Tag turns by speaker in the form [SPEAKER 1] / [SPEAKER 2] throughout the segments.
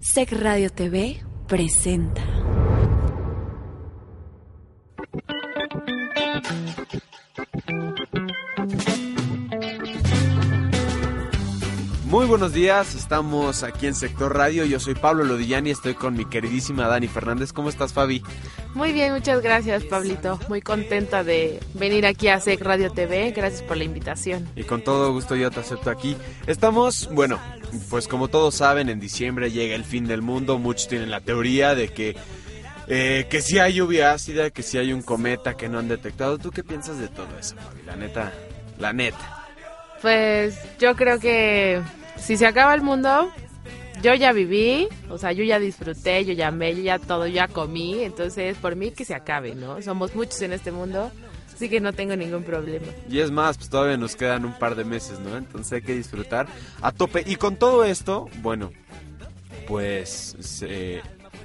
[SPEAKER 1] Sec Radio TV presenta.
[SPEAKER 2] Muy buenos días, estamos aquí en Sector Radio. Yo soy Pablo Lodillani, estoy con mi queridísima Dani Fernández. ¿Cómo estás, Fabi?
[SPEAKER 3] Muy bien, muchas gracias, Pablito. Muy contenta de venir aquí a SEC Radio TV. Gracias por la invitación.
[SPEAKER 2] Y con todo gusto yo te acepto aquí. Estamos, bueno, pues como todos saben, en diciembre llega el fin del mundo. Muchos tienen la teoría de que eh, que si sí hay lluvia ácida, que si sí hay un cometa que no han detectado. ¿Tú qué piensas de todo eso, Fabi? La neta, la neta.
[SPEAKER 3] Pues yo creo que si se acaba el mundo, yo ya viví, o sea, yo ya disfruté, yo ya amé, yo ya todo, yo ya comí, entonces por mí que se acabe, ¿no? Somos muchos en este mundo, así que no tengo ningún problema.
[SPEAKER 2] Y es más, pues todavía nos quedan un par de meses, ¿no? Entonces hay que disfrutar a tope. Y con todo esto, bueno, pues se-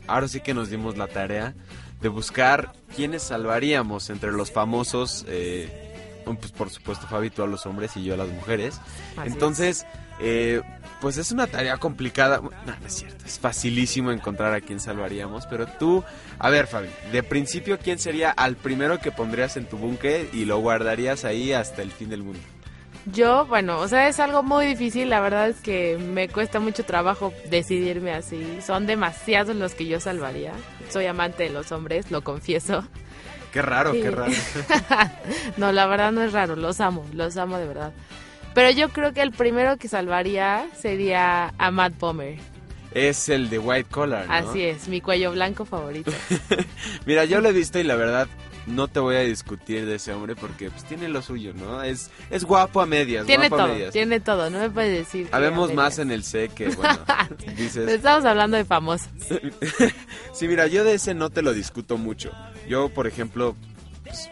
[SPEAKER 2] ahora sí que nos dimos la tarea de buscar quiénes salvaríamos entre los famosos, eh, pues por supuesto Fabi, tú a los hombres y yo a las mujeres.
[SPEAKER 3] Así
[SPEAKER 2] Entonces, eh, pues es una tarea complicada. No, no es cierto, es facilísimo encontrar a quién salvaríamos, pero tú, a ver Fabi, de principio, ¿quién sería al primero que pondrías en tu búnker y lo guardarías ahí hasta el fin del mundo?
[SPEAKER 3] Yo, bueno, o sea, es algo muy difícil, la verdad es que me cuesta mucho trabajo decidirme así. Son demasiados los que yo salvaría. Soy amante de los hombres, lo confieso.
[SPEAKER 2] Qué raro,
[SPEAKER 3] Sí.
[SPEAKER 2] qué raro.
[SPEAKER 3] no, la verdad no es raro, los amo, los amo de verdad. Pero yo creo que el primero que salvaría sería a Matt Bomer.
[SPEAKER 2] Es el de White Collar. Ah, ¿no?
[SPEAKER 3] Así es, mi cuello blanco favorito.
[SPEAKER 2] Mira, yo lo he visto y la verdad no te voy a discutir de ese hombre porque pues tiene lo suyo, ¿no? Es, es guapo a medias,
[SPEAKER 3] tiene
[SPEAKER 2] guapo
[SPEAKER 3] todo,
[SPEAKER 2] a medias.
[SPEAKER 3] tiene todo, no me puedes decir. que
[SPEAKER 2] Habemos
[SPEAKER 3] apenas.
[SPEAKER 2] más en el C que, bueno, dices...
[SPEAKER 3] Estamos hablando de famosos.
[SPEAKER 2] Sí, mira, yo de ese no te lo discuto mucho. Yo, por ejemplo, pues,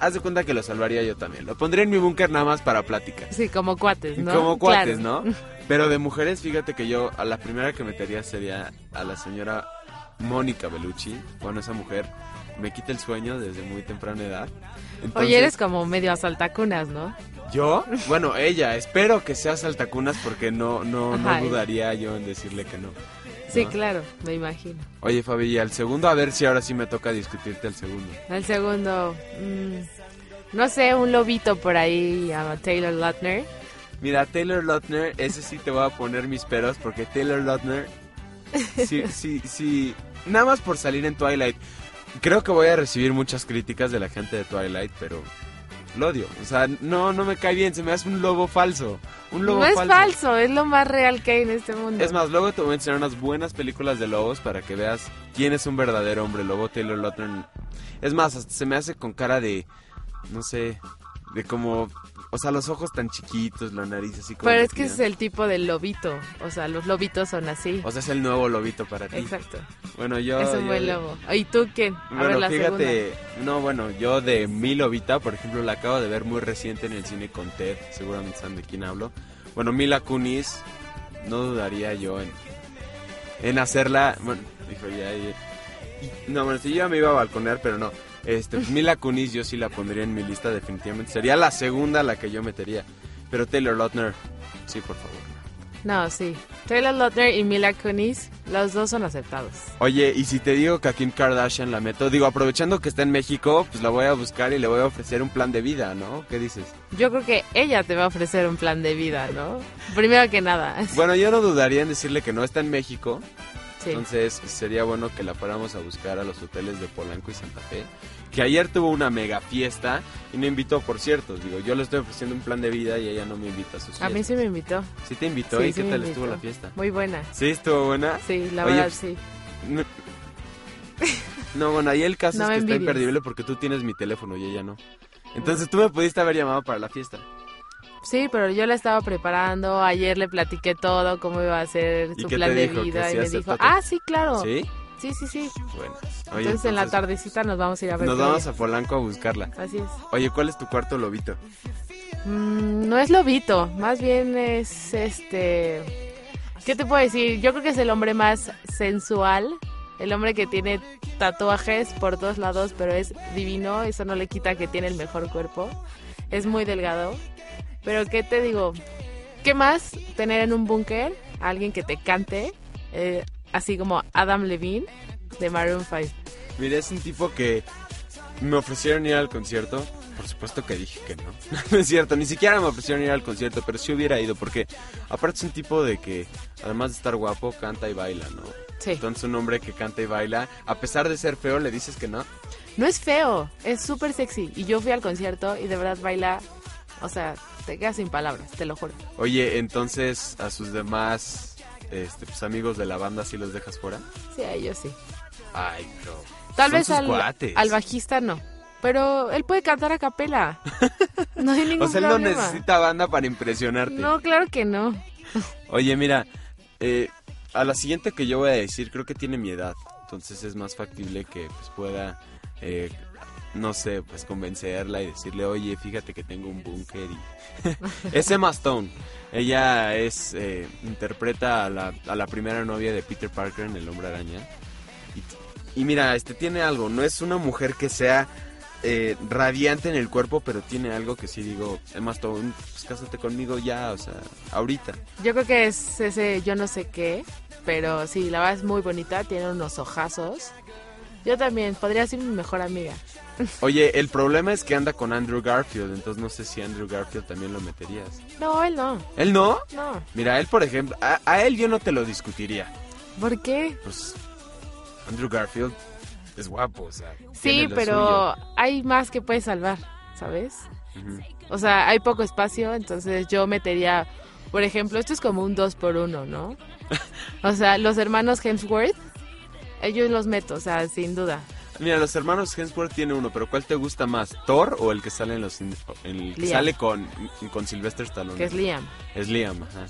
[SPEAKER 2] haz de cuenta que lo salvaría yo también. Lo pondría en mi búnker nada más para pláticas.
[SPEAKER 3] Sí, como cuates, ¿no?
[SPEAKER 2] Como cuates,
[SPEAKER 3] Claro.
[SPEAKER 2] ¿no? Pero de mujeres, fíjate que yo a la primera que metería sería a la señora Mónica Bellucci. Bueno, esa mujer me quita el sueño desde muy temprana edad. Entonces,
[SPEAKER 3] Oye, eres como medio asaltacunas, ¿no?
[SPEAKER 2] ¿Yo? Bueno, ella. Espero que sea saltacunas porque no, no, no
[SPEAKER 3] Ajá.
[SPEAKER 2] dudaría yo en decirle que no.
[SPEAKER 3] Sí,
[SPEAKER 2] ¿No?
[SPEAKER 3] claro, me imagino.
[SPEAKER 2] Oye, Fabi, y al segundo, a ver si ahora sí me toca discutirte el segundo.
[SPEAKER 3] El segundo, mm, no sé, un lobito por ahí a Taylor Lautner.
[SPEAKER 2] Mira, Taylor Lautner, ese sí te voy a poner mis peros porque Taylor Lautner, sí, sí, sí, nada más por salir en Twilight. Creo que voy a recibir muchas críticas de la gente de Twilight, pero lo odio. O sea, no, no me cae bien, se me hace un lobo falso. Un lobo
[SPEAKER 3] No es
[SPEAKER 2] falso.
[SPEAKER 3] falso, es lo más real que hay en este mundo.
[SPEAKER 2] Es más, luego te voy a enseñar unas buenas películas de lobos para que veas quién es un verdadero hombre lobo, Taylor Lautner. Es más, hasta se me hace con cara de, no sé, de como, o sea, los ojos tan chiquitos, la nariz así como...
[SPEAKER 3] Pero es que
[SPEAKER 2] metida.
[SPEAKER 3] ese es el tipo del lobito, o sea, los lobitos son así.
[SPEAKER 2] O sea, es el nuevo lobito para ti.
[SPEAKER 3] Exacto,
[SPEAKER 2] Bueno, yo.
[SPEAKER 3] es un
[SPEAKER 2] yo
[SPEAKER 3] buen
[SPEAKER 2] de-
[SPEAKER 3] lobo. ¿Y tú quién? A
[SPEAKER 2] Bueno,
[SPEAKER 3] ver, la segunda.
[SPEAKER 2] fíjate. No, bueno, yo de mi lobita, por ejemplo, la acabo de ver muy reciente en el cine con Ted. Seguramente saben de quién hablo. Bueno, Mila Kunis, no dudaría yo en, en hacerla. Bueno, dijo ya. ya- y- no, bueno, si yo ya me iba a balconear, pero no. Este, pues, Mila Kunis yo sí la pondría en mi lista definitivamente. Sería la segunda la que yo metería. Pero Taylor Lautner, sí, por favor.
[SPEAKER 3] No, sí. Taylor Lautner y Mila Kunis, los dos son aceptados.
[SPEAKER 2] Oye, y si te digo que a Kim Kardashian la meto, digo, aprovechando que está en México, pues la voy a buscar y le voy a ofrecer un plan de vida, ¿no? ¿Qué dices?
[SPEAKER 3] Yo creo que ella te va a ofrecer un plan de vida, ¿no? Primero que nada.
[SPEAKER 2] Bueno, yo no dudaría en decirle que no está en México,
[SPEAKER 3] Sí.
[SPEAKER 2] entonces pues, sería bueno que la fuéramos a buscar a los hoteles de Polanco y Santa Fe, que ayer tuvo una mega fiesta y no invitó, por cierto, digo, yo le estoy ofreciendo un plan de vida y ella no me invita a sus
[SPEAKER 3] A mí
[SPEAKER 2] fiestas.
[SPEAKER 3] sí me invitó.
[SPEAKER 2] Sí te invitó,
[SPEAKER 3] Sí,
[SPEAKER 2] ¿y
[SPEAKER 3] sí
[SPEAKER 2] qué
[SPEAKER 3] me
[SPEAKER 2] tal
[SPEAKER 3] invitó.
[SPEAKER 2] estuvo la fiesta?
[SPEAKER 3] Muy buena.
[SPEAKER 2] ¿Sí estuvo buena?
[SPEAKER 3] Sí, la
[SPEAKER 2] Oye,
[SPEAKER 3] verdad,
[SPEAKER 2] pues,
[SPEAKER 3] sí.
[SPEAKER 2] No, No, bueno, ahí el caso
[SPEAKER 3] No
[SPEAKER 2] es
[SPEAKER 3] me
[SPEAKER 2] que está
[SPEAKER 3] envidies.
[SPEAKER 2] imperdible porque tú tienes mi teléfono y ella no. Entonces tú me pudiste haber llamado para la fiesta.
[SPEAKER 3] Sí, pero yo la estaba preparando. Ayer le platiqué todo, cómo iba a ser
[SPEAKER 2] ¿Y
[SPEAKER 3] su
[SPEAKER 2] qué te
[SPEAKER 3] plan de
[SPEAKER 2] dijo? ¿Que
[SPEAKER 3] vida.
[SPEAKER 2] sí
[SPEAKER 3] Y me
[SPEAKER 2] acepta
[SPEAKER 3] dijo,
[SPEAKER 2] tu-
[SPEAKER 3] ah, sí, claro. Sí,
[SPEAKER 2] ¿Sí?
[SPEAKER 3] sí, sí.
[SPEAKER 2] Bueno.
[SPEAKER 3] entonces, en la tardecita nos vamos a ir a ver.
[SPEAKER 2] Nos
[SPEAKER 3] con
[SPEAKER 2] vamos
[SPEAKER 3] ella.
[SPEAKER 2] a Polanco a buscarla.
[SPEAKER 3] Así es.
[SPEAKER 2] Oye, ¿cuál es tu cuarto lobito?
[SPEAKER 3] Mm, no es lobito, más bien es este... ¿Qué te puedo decir? Yo creo que es el hombre más sensual, el hombre que tiene tatuajes por todos lados, pero es divino, eso no le quita que tiene el mejor cuerpo, es muy delgado. Pero ¿qué te digo? ¿Qué más tener en un búnker? Alguien que te cante, eh, así como Adam Levine de Maroon 5.
[SPEAKER 2] Mira, es un tipo que me ofrecieron ir al concierto. Por supuesto que dije que no. No es cierto, ni siquiera me ofrecieron ir al concierto, pero sí hubiera ido porque aparte es un tipo de que, además de estar guapo, canta y baila, ¿no?
[SPEAKER 3] Sí.
[SPEAKER 2] Entonces un hombre que canta y baila, a pesar de ser feo, le dices que no.
[SPEAKER 3] No es feo, es súper sexy. Y yo fui al concierto y de verdad baila, o sea, te quedas sin palabras, te lo juro.
[SPEAKER 2] Oye, entonces a sus demás este, pues, amigos de la banda sí los dejas fuera.
[SPEAKER 3] Sí, a ellos sí.
[SPEAKER 2] Ay, no.
[SPEAKER 3] Tal
[SPEAKER 2] Son
[SPEAKER 3] vez
[SPEAKER 2] sus
[SPEAKER 3] al,
[SPEAKER 2] cuates.
[SPEAKER 3] al bajista no. Pero él puede cantar a capela. No hay ningún
[SPEAKER 2] O sea, él no
[SPEAKER 3] problema.
[SPEAKER 2] necesita banda para impresionarte.
[SPEAKER 3] No, claro que no.
[SPEAKER 2] Oye, mira, eh, a la siguiente que yo voy a decir, creo que tiene mi edad. Entonces es más factible que pues, pueda, eh, no sé, pues convencerla y decirle, oye, fíjate que tengo un búnker. Y... es Emma Stone. Ella es, eh, interpreta a la, a la primera novia de Peter Parker en El Hombre Araña. Y, y mira, este tiene algo. No es una mujer que sea eh, radiante en el cuerpo, pero tiene algo que sí digo, Emma Stone, pues cásate conmigo ya, o sea, ahorita.
[SPEAKER 3] Yo creo que es ese yo no sé qué, pero sí, la verdad es muy bonita, tiene unos ojazos. Yo también, podría ser mi mejor amiga.
[SPEAKER 2] Oye, el problema es que anda con Andrew Garfield, entonces no sé si Andrew Garfield también lo meterías.
[SPEAKER 3] No, él no,
[SPEAKER 2] ¿Él no?
[SPEAKER 3] no.
[SPEAKER 2] Mira, él por ejemplo, a, a él yo no te lo discutiría.
[SPEAKER 3] ¿Por qué?
[SPEAKER 2] Pues Andrew Garfield es guapo, o sea.
[SPEAKER 3] Sí,
[SPEAKER 2] tiene lo
[SPEAKER 3] pero hay más que puedes salvar, ¿sabes?
[SPEAKER 2] suyo. Ujú.
[SPEAKER 3] O sea, hay poco espacio, entonces yo metería, por ejemplo, esto es como un dos por uno, ¿no? O sea, los hermanos Hemsworth, ellos los meto, o sea, sin duda.
[SPEAKER 2] Mira, los hermanos Hemsworth tiene uno, pero ¿cuál te gusta más? ¿Thor o el que sale en los in- en el que
[SPEAKER 3] Liam.
[SPEAKER 2] sale con, con Sylvester Stallone?
[SPEAKER 3] Que es Liam.
[SPEAKER 2] Es Liam, ajá.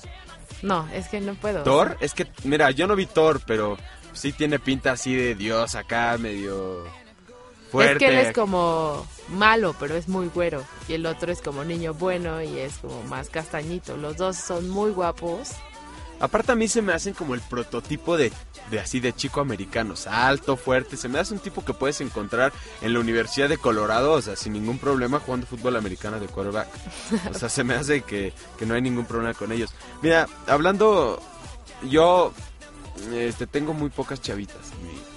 [SPEAKER 3] No, es que no puedo.
[SPEAKER 2] ¿Thor? Es que, mira, yo no vi Thor, pero sí tiene pinta así de Dios acá, medio fuerte.
[SPEAKER 3] Es que él es como malo, pero es muy güero. Y el otro es como niño bueno y es como más castañito. Los dos son muy guapos.
[SPEAKER 2] Aparte a mí se me hacen como el prototipo de, de así de chico americano, o sea, alto, fuerte, se me hace un tipo que puedes encontrar en la Universidad de Colorado, o sea, sin ningún problema jugando fútbol americano de quarterback. O sea, se me hace que, que no hay ningún problema con ellos. Mira, hablando, yo este, tengo muy pocas chavitas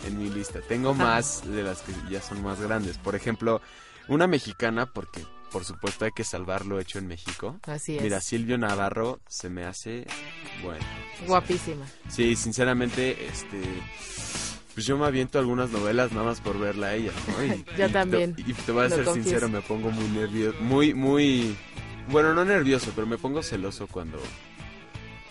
[SPEAKER 2] en mi, en mi lista, tengo más de las que ya son más grandes. Por ejemplo, una mexicana, porque por supuesto hay que salvar lo hecho en México.
[SPEAKER 3] Así es.
[SPEAKER 2] Mira, Silvio Navarro se me hace bueno.
[SPEAKER 3] Guapísima.
[SPEAKER 2] Sí, sinceramente, este. Pues yo me aviento algunas novelas nada más por verla a ella, ¿no? Y-
[SPEAKER 3] Yo
[SPEAKER 2] y te-
[SPEAKER 3] también,
[SPEAKER 2] y te voy a
[SPEAKER 3] lo
[SPEAKER 2] ser
[SPEAKER 3] confieso.
[SPEAKER 2] sincero, me pongo muy nervioso. Muy, muy. Bueno, no nervioso, pero me pongo celoso cuando.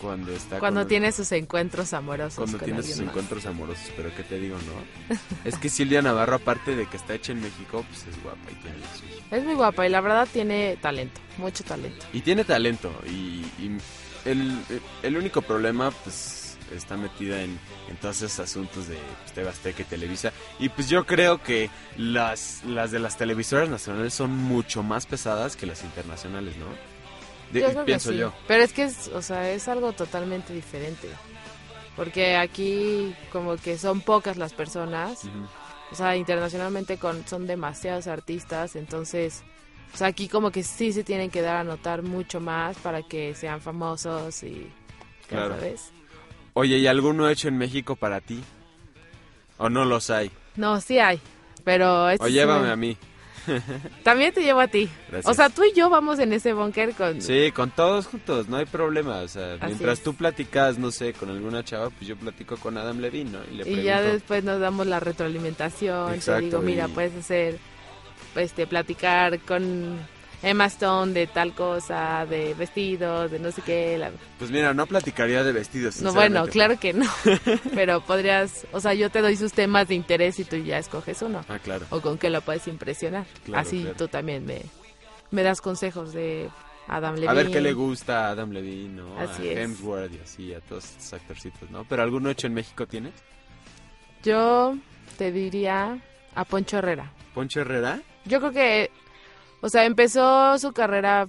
[SPEAKER 2] Cuando está.
[SPEAKER 3] Cuando
[SPEAKER 2] con-
[SPEAKER 3] tiene sus encuentros amorosos.
[SPEAKER 2] Cuando
[SPEAKER 3] con
[SPEAKER 2] tiene
[SPEAKER 3] alguien
[SPEAKER 2] sus
[SPEAKER 3] más.
[SPEAKER 2] encuentros amorosos, pero ¿qué te digo, no? es que Silvia Navarro, aparte de que está hecha en México, pues es guapa y tiene lo suyo.
[SPEAKER 3] Es muy guapa y la verdad tiene talento, mucho talento.
[SPEAKER 2] Y tiene talento. Y, y el, el único problema, pues, está metida en, en todos esos asuntos de pues, TV Azteca y Televisa. Y pues yo creo que las, las de las televisoras nacionales son mucho más pesadas que las internacionales, ¿no? De-
[SPEAKER 3] Yo creo que
[SPEAKER 2] pienso
[SPEAKER 3] sí.
[SPEAKER 2] yo.
[SPEAKER 3] Pero es que es, o sea, es algo totalmente diferente. Porque aquí como que son pocas las personas
[SPEAKER 2] Ujú.
[SPEAKER 3] O sea, internacionalmente con, son demasiados artistas, entonces, o sea, aquí como que sí se tienen que dar a notar mucho más para que sean famosos y, ya
[SPEAKER 2] Claro.
[SPEAKER 3] ¿sabes?
[SPEAKER 2] Oye, ¿y alguno hecho en México para ti? ¿O no los hay?
[SPEAKER 3] No, sí hay, pero... este
[SPEAKER 2] O
[SPEAKER 3] Pues sí
[SPEAKER 2] llévame
[SPEAKER 3] me-
[SPEAKER 2] a mí.
[SPEAKER 3] También te llevo a ti.
[SPEAKER 2] Gracias.
[SPEAKER 3] O sea, tú y yo vamos en ese búnker con...
[SPEAKER 2] Sí, con todos juntos, no hay problema. O sea, mientras
[SPEAKER 3] es.
[SPEAKER 2] tú platicas, no sé, con alguna chava, pues yo platico con Adam Levine, ¿no? Y le
[SPEAKER 3] y
[SPEAKER 2] pregunto.
[SPEAKER 3] ya después nos damos la retroalimentación,
[SPEAKER 2] Exacto,
[SPEAKER 3] te digo, mira,
[SPEAKER 2] y-
[SPEAKER 3] puedes hacer, este, platicar con Emma Stone de tal cosa, de vestidos, de no sé qué, la...
[SPEAKER 2] Pues mira, no platicaría de vestidos.
[SPEAKER 3] No, bueno,
[SPEAKER 2] sinceramente.
[SPEAKER 3] claro que no. Pero podrías, o sea, yo te doy sus temas de interés y tú ya escoges uno.
[SPEAKER 2] Ah, claro.
[SPEAKER 3] O con qué lo puedes impresionar.
[SPEAKER 2] Claro,
[SPEAKER 3] Así
[SPEAKER 2] claro.
[SPEAKER 3] tú también me, me das consejos de Adam Levine.
[SPEAKER 2] A ver qué le gusta a Adam Levine, ¿no?
[SPEAKER 3] Así
[SPEAKER 2] a
[SPEAKER 3] es.
[SPEAKER 2] Hemsworth y así, a todos estos actorcitos, ¿no? Pero ¿alguno hecho en México tienes?
[SPEAKER 3] Yo te diría a Poncho Herrera.
[SPEAKER 2] ¿Poncho Herrera?
[SPEAKER 3] Yo creo que, o sea, empezó su carrera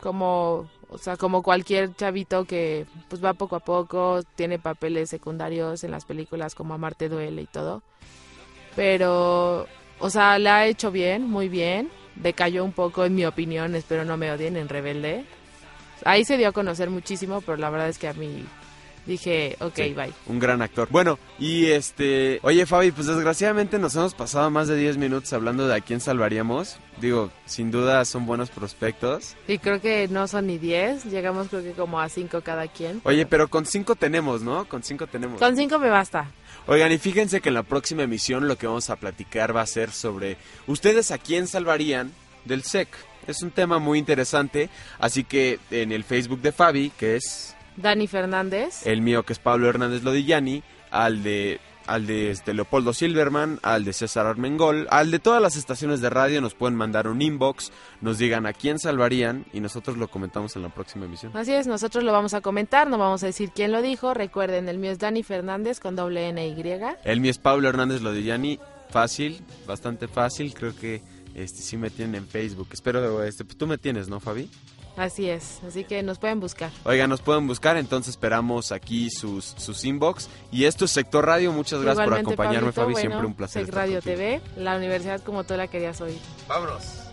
[SPEAKER 3] como, o sea, como cualquier chavito que pues va poco a poco, tiene papeles secundarios en las películas como Amarte duele y todo. Pero, o sea, la ha hecho bien, muy bien. Decayó un poco, en mi opinión, espero no me odien, en Rebelde. Ahí se dio a conocer muchísimo, pero la verdad es que a mí Dije, ok,
[SPEAKER 2] Sí,
[SPEAKER 3] bye.
[SPEAKER 2] Un gran actor. Bueno, y este. Oye, Fabi, pues desgraciadamente nos hemos pasado más de 10 minutos hablando de a quién salvaríamos. Digo, sin duda son buenos prospectos.
[SPEAKER 3] Y creo que no son ni 10, llegamos creo que como a 5 cada quien.
[SPEAKER 2] Oye, pero con 5 tenemos, ¿no? Con 5 tenemos.
[SPEAKER 3] Con 5 me basta.
[SPEAKER 2] Oigan, y fíjense que en la próxima emisión lo que vamos a platicar va a ser sobre ustedes a quién salvarían del SEC. Es un tema muy interesante, así que en el Facebook de Fabi, que es
[SPEAKER 3] Dani Fernández.
[SPEAKER 2] el mío que es Pablo Hernández Lodillani, al de al de este, Leopoldo Silverman, al de César Armengol, al de todas las estaciones de radio nos pueden mandar un inbox, nos digan a quién salvarían y nosotros lo comentamos en la próxima emisión.
[SPEAKER 3] Así es, nosotros lo vamos a comentar, no vamos a decir quién lo dijo. Recuerden, el mío es Dani Fernández con doble N Y.
[SPEAKER 2] El mío es Pablo Hernández Lodillani, fácil, bastante fácil, creo que este sí me tienen en Facebook. Espero este pues, tú me tienes, ¿no, Fabi?
[SPEAKER 3] Así es, así que nos pueden buscar.
[SPEAKER 2] Oiga, nos pueden buscar, entonces esperamos aquí sus sus inbox y esto es Sector Radio, muchas gracias por
[SPEAKER 3] Igualmente,
[SPEAKER 2] acompañarme,
[SPEAKER 3] Pablito,
[SPEAKER 2] Fabi,
[SPEAKER 3] bueno,
[SPEAKER 2] siempre un placer
[SPEAKER 3] Sec
[SPEAKER 2] estar
[SPEAKER 3] Radio
[SPEAKER 2] contigo.
[SPEAKER 3] TV, la universidad como tú la querías oír.
[SPEAKER 2] Vámonos.